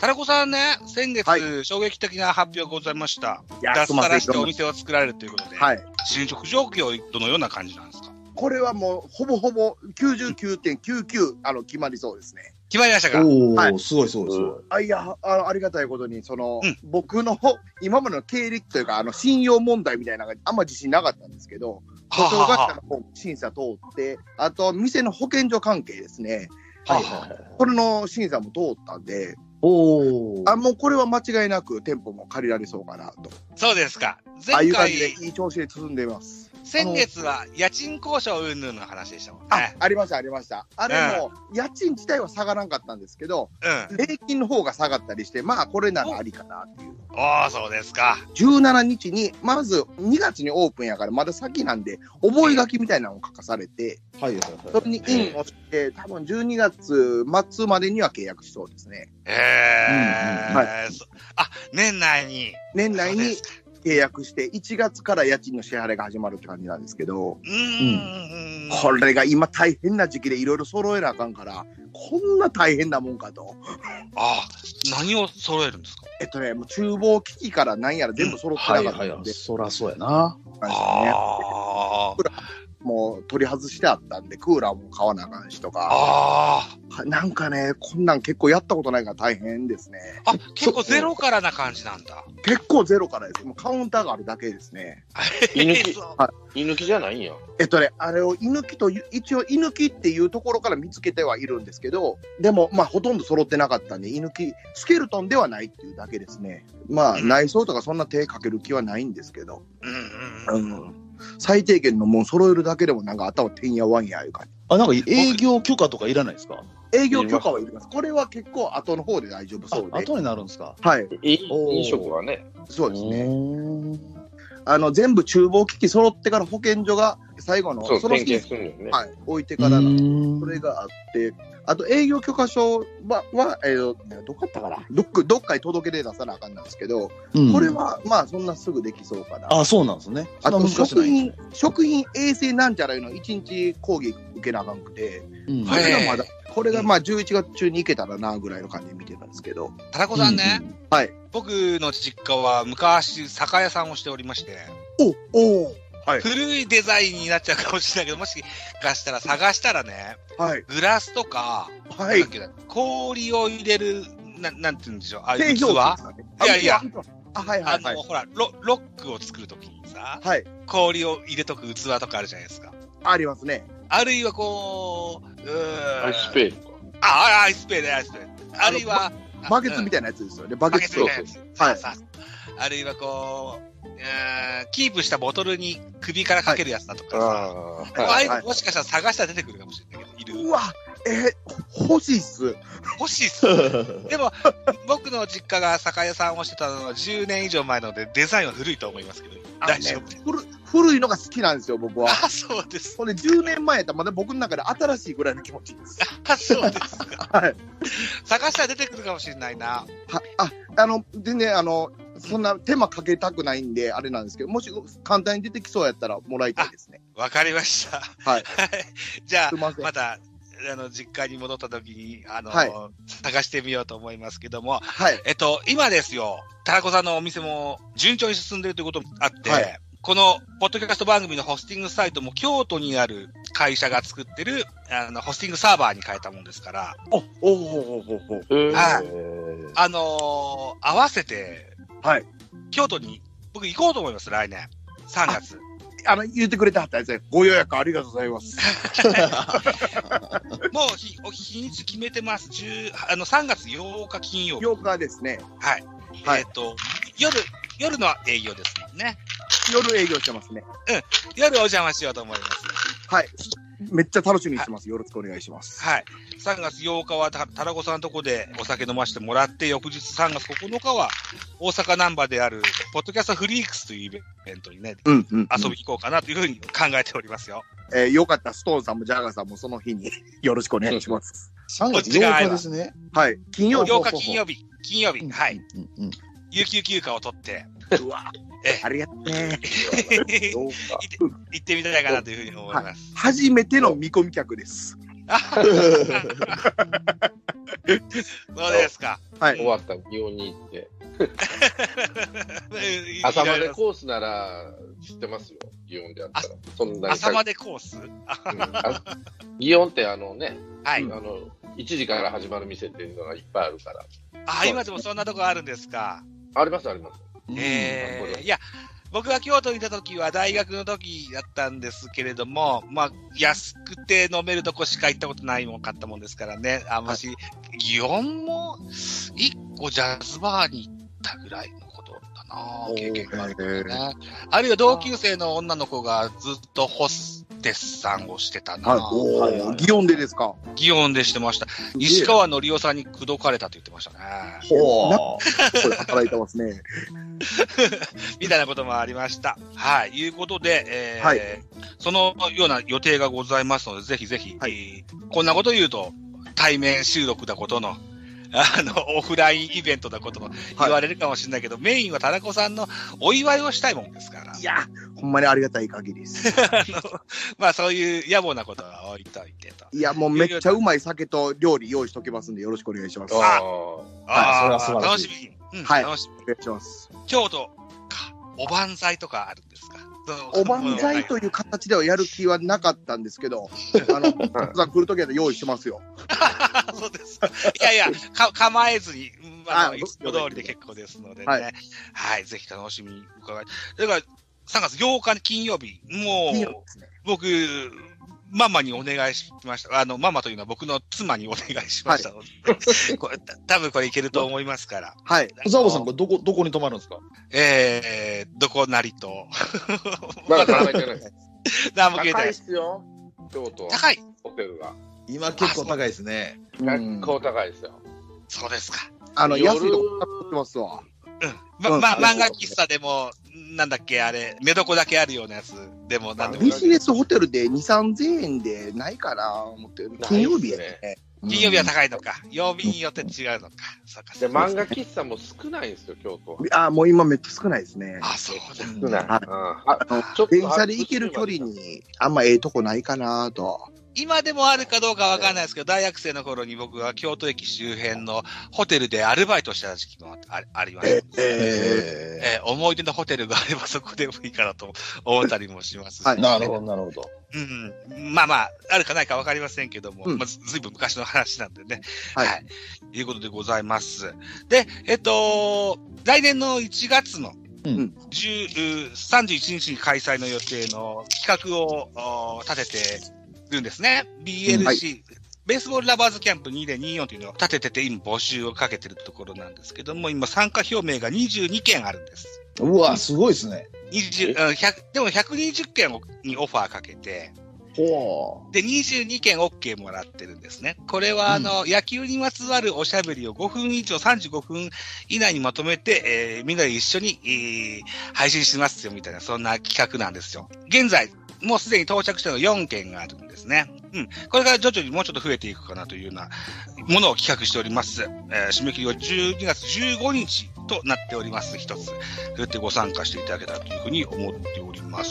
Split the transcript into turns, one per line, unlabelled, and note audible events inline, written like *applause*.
金子さんね、先月、
は
衝撃的な発表がございました。
いや
脱
すいま
サ
せん
ラしてお店を作られるということで、
はい。
進捗状況、どのような感じなんですか
これはもう、ほぼほぼ99.99、あの、決まりそうですね。
決まりましたか
おお、
はい
すごいすごいすごい。
あいやあ、ありがたいことに、その、
うん
僕の今までの経歴というか、あの、信用問題みたいなのがあんま自信なかったんですけど、保証会社の方も審査通って、あと、店の保健所関係ですね。
は
は
あ
い
はあ
はいはい。
これの審査も通ったんで、
おお。
あ、もうこれは間違いなく店舗も借りられそうかなと。
そうですか。
ああ
前
いう感
回
じ、で、いい調子で進んでいます。
先月は家賃交渉云々の話でしたもん
あ
ね。、
ありました、ありました。あれも、家賃自体は下がらんかったんですけど、
うん。
礼金の方が下がったりして、まあ、これならありかなっていう。
おお、そうですか。
17日に、まず2月にオープンやから、まだ先なんで、覚書きみたいなのを書かされて、
はいはいはい。
それにインをして、多分12月末までには契約しそうですね。
え
う
うん
ん
ーそあ、年内に。
年内
そうで
に
すか
契約して、1月から家賃の支払いが始まるって感じなんですけど、
うーん。
これが今大変な時期でいろいろ揃えなあかんから、こんな大変なもんかと。
あ、何を揃えるんですか
えっとね、もう厨房機器からなんやら全部揃ってな
は
いか
は
っ
い
たん
はい。
で、
そらそうやな。
なんですよね
あー
もう取り外してあったんで、クーラーも買わなあかんしとか、
あー。
なんかね、こんなん結構やったことないから大変ですね。
あ、結構ゼロからな感じなんだ。
結構ゼロからです。もうカウンターがあるだけですね。
居
*laughs*
抜き
そう
居抜きじゃないんや。
えっとね、あれを居抜きという、一応居抜きっていうところから見つけてはいるんですけど、でも、まあ、ほとんど揃ってなかったんで、居抜き、スケルトンではないっていうだけですね。まあ、
うん
内装とかそんな手かける気はないんですけど、
うんうん
う
うん。
ん。最低限のもう揃えるだけでもなんか頭てんやわんやいう感じ。
あ、なんか営業許可とかいらないですか
営業許可はいります。これは結構後の方で大丈夫
あ
そう、で。
後になるんですか
はい、
い
おー
飲食はね。
そうですね。
ね。
あの全部厨房機器揃ってから保健所が最後の
そう、
その
点
日に、
検するんだよね。
はい、置いて
う
からなんで
ん
それがあって、あと営業許可証は、はえーどこだったかなどっか、どっかに届け出出さなあかんなんですけど、
うん
これはまあそんなすぐできそうかな。
あ、そうなんですね。
あと
そんな難し
食
くない
品、食品衛生なんちゃらいうの一日講義受けなあかんくて、
うん
これがまだ
へ、
これがまあ11月中に行けたらなぐらいの感じで見てるんですけど、
タラコさんね、
うんうん
はい。
僕の実家は昔、酒屋さんをしておりまして、
おおはい。
古いデザインになっちゃうかもしれないけど、もしかしたら探したらね、
はい。
グラスとか、
はい
なん。だっけな氷を入れる、ななんて言うんでしょう、ああい
製
う器
氷機
いやいや。
あ、はいは
あ
い
の、
はい。
ほらロ、ロックを作るときにさ、
はい。
氷を入れとく器とかあるじゃないですか。
ありますね。
あるいはこう、うー
アイスペースか。
あ、あアイスペーで、アイスペーあるいは、
バケツみ
い
たいなやつですよね。バ
バ
ケ
ケ
ツ
ツみたいなやつ。
は
はいい。あるいはこう、えーキープしたボトルに首からかけるやつだとかさ、
ああ、
ああ
はいい。
うのもしかしたら探したら出てくるかもしれないけど、いうる。
わ、えー、欲しいっす。
欲しいっす。 *laughs* でも、僕の実家が酒屋さんをしてたのは10年以上前なので、デザインは古いと思いますけど、
あ
大丈夫。
古古いのが好きなんですよ、僕は。
あ、そうです。
ほんで、10年前やったらまだ僕の中で新しいぐらいの気持ち *laughs* です。
あ、そうですか。
はい。
探したら出てくるかもしれないな。
はあ、あの、全然、あの、そんな手間かけたくないんで、あれなんですけど、もし簡単に出てきそうやったらもらいたいですね。
わかりました。
はい
じゃあ
すい、ません。
また、あの、実家に戻った時に、あの、
はい
探してみようと思いますけども、
はい。
えっと、今ですよ、タラコさんのお店も順調に進んでるということもあって、
はい
このポッドキャスト番組のホスティングサイトも京都にある会社が作ってるあのホスティングサーバーに変えたもんですから、
お、おほほほほ。
えー
はあのー合わせて、
はい
京都に僕行こうと思います、来年。3月。
*laughs* あの、言ってくれてはったやつねご予約ありがとうございます。
もう日お日にち決めてます。10あの3月8日金曜日。
8日ですね。
はい。
はい
えっ、と、夜、夜の営業ですもんね。
夜営業してますね。
夜お邪魔しようと思います。
はい。めっちゃ楽しみにしてます。よろしくお願いします。
はい。3月8日はたタラコさんのとこでお酒飲ましてもらって、翌日3月9日は大阪ナンバーである、ポッドキャストフリークスというイベントにね、
うんうん、
遊びに行こうかなというふうに考えておりますよ。
えーよかったらストーンさんもジャガーさんもその日によろしくお願いします。
3月8日ですね。
はい。金曜日。
8日金曜日、金曜日、はい。
うんうんうん。
有給休暇を取って、
うわ
え
ありがとうね。
行
どうか
*laughs* ってみたいかなというふうに思います。
初めての見込み客です。
そうですか。 *laughs*
はい
終。わったら祇園に行って。
い
朝まで
いろいろ
コースなら知ってますよ、祇園であったら。そんなに
朝ま
で。
でコース
うんあ祇園ってあのね、
はい。
あの、1時から始まる店っていうのがいっぱいあるから。
あ、今でもそんなとこあるんですか。
あります、あります。
え
うん
ーいや、僕が京都にいた時は大学の時だったんですけれども、まあ、安くて飲めるとこしか行ったことないもん買ったもんですからね、あんまし、祇園も1個ジャズバーに行ったぐらいのことだな、経験があるんだね。あるいは同級生の女の子がずっとホステスさんをしてたな、
はい。お
はいはい
ー、祇園でですか。
祇園でしてました。西川のりおさんに口説かれたと言ってましたね。
ほ
これ働いてますね。
みたいなこともありました。はい。いうことで、えー
はい
そのような予定がございますので、ぜひぜひ、
はい
えーこんなこと言うと、対面収録だことの、 *laughs* あの、オフラインイベントだことの言われるかもしれないけど、メインは田中さんのお祝いをしたいもんですから
い、や、ほんまにありがたい限りです。
あの、まあそういう野暮なことは置いといてと。
いや、もうめっちゃうまい酒と料理用意しときますんで、よろしくお願いします。
あ
お
あー
はい
ああ、
それは素晴ら
楽
しい
しみに。うん、
はい
楽しみ。
願いします。
京都か、おばんざいとかあるんですかその
おばんざいという形ではやる気はなかったんですけど、あの、さん来るときは用意してますよ。
あ *laughs* そうです。いやいや、か構えずに、うんあの、
あ
いつも通りで結構ですのでね。は
はいい、
ぜひ楽しみに伺い。だから、3月8日金曜日、も
金曜日
う
で、すね
僕、ママにお願いしました。あの、ママというのは僕の妻にお願いしましたので、これた多分これいけると思いますから。
はい。
う。ザボさん、これどこ、どこに泊まるんですか
えー、どこなりと。
まだ考えてない。
何も聞いてな
高いっ
い。
すよ、京都は
高い。
ホテルが。
今結構高いですね。
結構高いですよ。
そうですか。
あの、
夜
安いとこ買ってますわ。
ま、
うん
ま、
なるほど
漫画喫茶でも、なんだっけ、あれ、寝床だけあるようなやつでも、なんでも
ビジネスホテルで2、3000円でないかな、思って。金曜日や
ないっす
ね。
金曜日は高いのか、曜日によって違うのか、そうか。
で、
そうか
漫画喫茶も少ないんですよ、京都は。
あー、もう今めっちゃ少ないですね。
あ、そうだ。
少ない。うん
はい
あ
あの
ちょっと
電車で行ける距離にあんまええとこないかなと。
今でもあるかどうかわかんないですけど、大学生の頃に僕は京都駅周辺のホテルでアルバイトした時期もあありました。
え
え
え
ー思い出のホテルがあればそこでもいいかなと思ったりもしますし。
はい
ーなるほど、なるほど。
うん、まあまあ、あるかないか分かりませんけども、
うん
まあ、ずずいぶん昔の話なんでね。は
はい
い。い、うことでございます。で、えっと、来年の1月の、
う
10
ん
う31日に開催の予定の企画をお立ててるんですね。BLC、
うんはい
ベースボールラバーズキャンプ2024というのを立ててて、今募集をかけてるところなんですけども、今参加表明が22件あるんです。
うわ、すごいですね。
20あの100でも120件をにオファーかけて、
ほ
で、22件 OK もらってるんですね。これは、あの、野球にまつわるおしゃべりを5分以上、35分以内にまとめて、えーみんなで一緒に、えー配信しますよ、みたいな、そんな企画なんですよ。現在、もうすでに到着したのが4件があるんですね。うん。これから徐々にもうちょっと増えていくかなというようなものを企画しております。えー締め切りは12月15日となっております。一つ。そうやってご参加していただけたらというふうに思っております。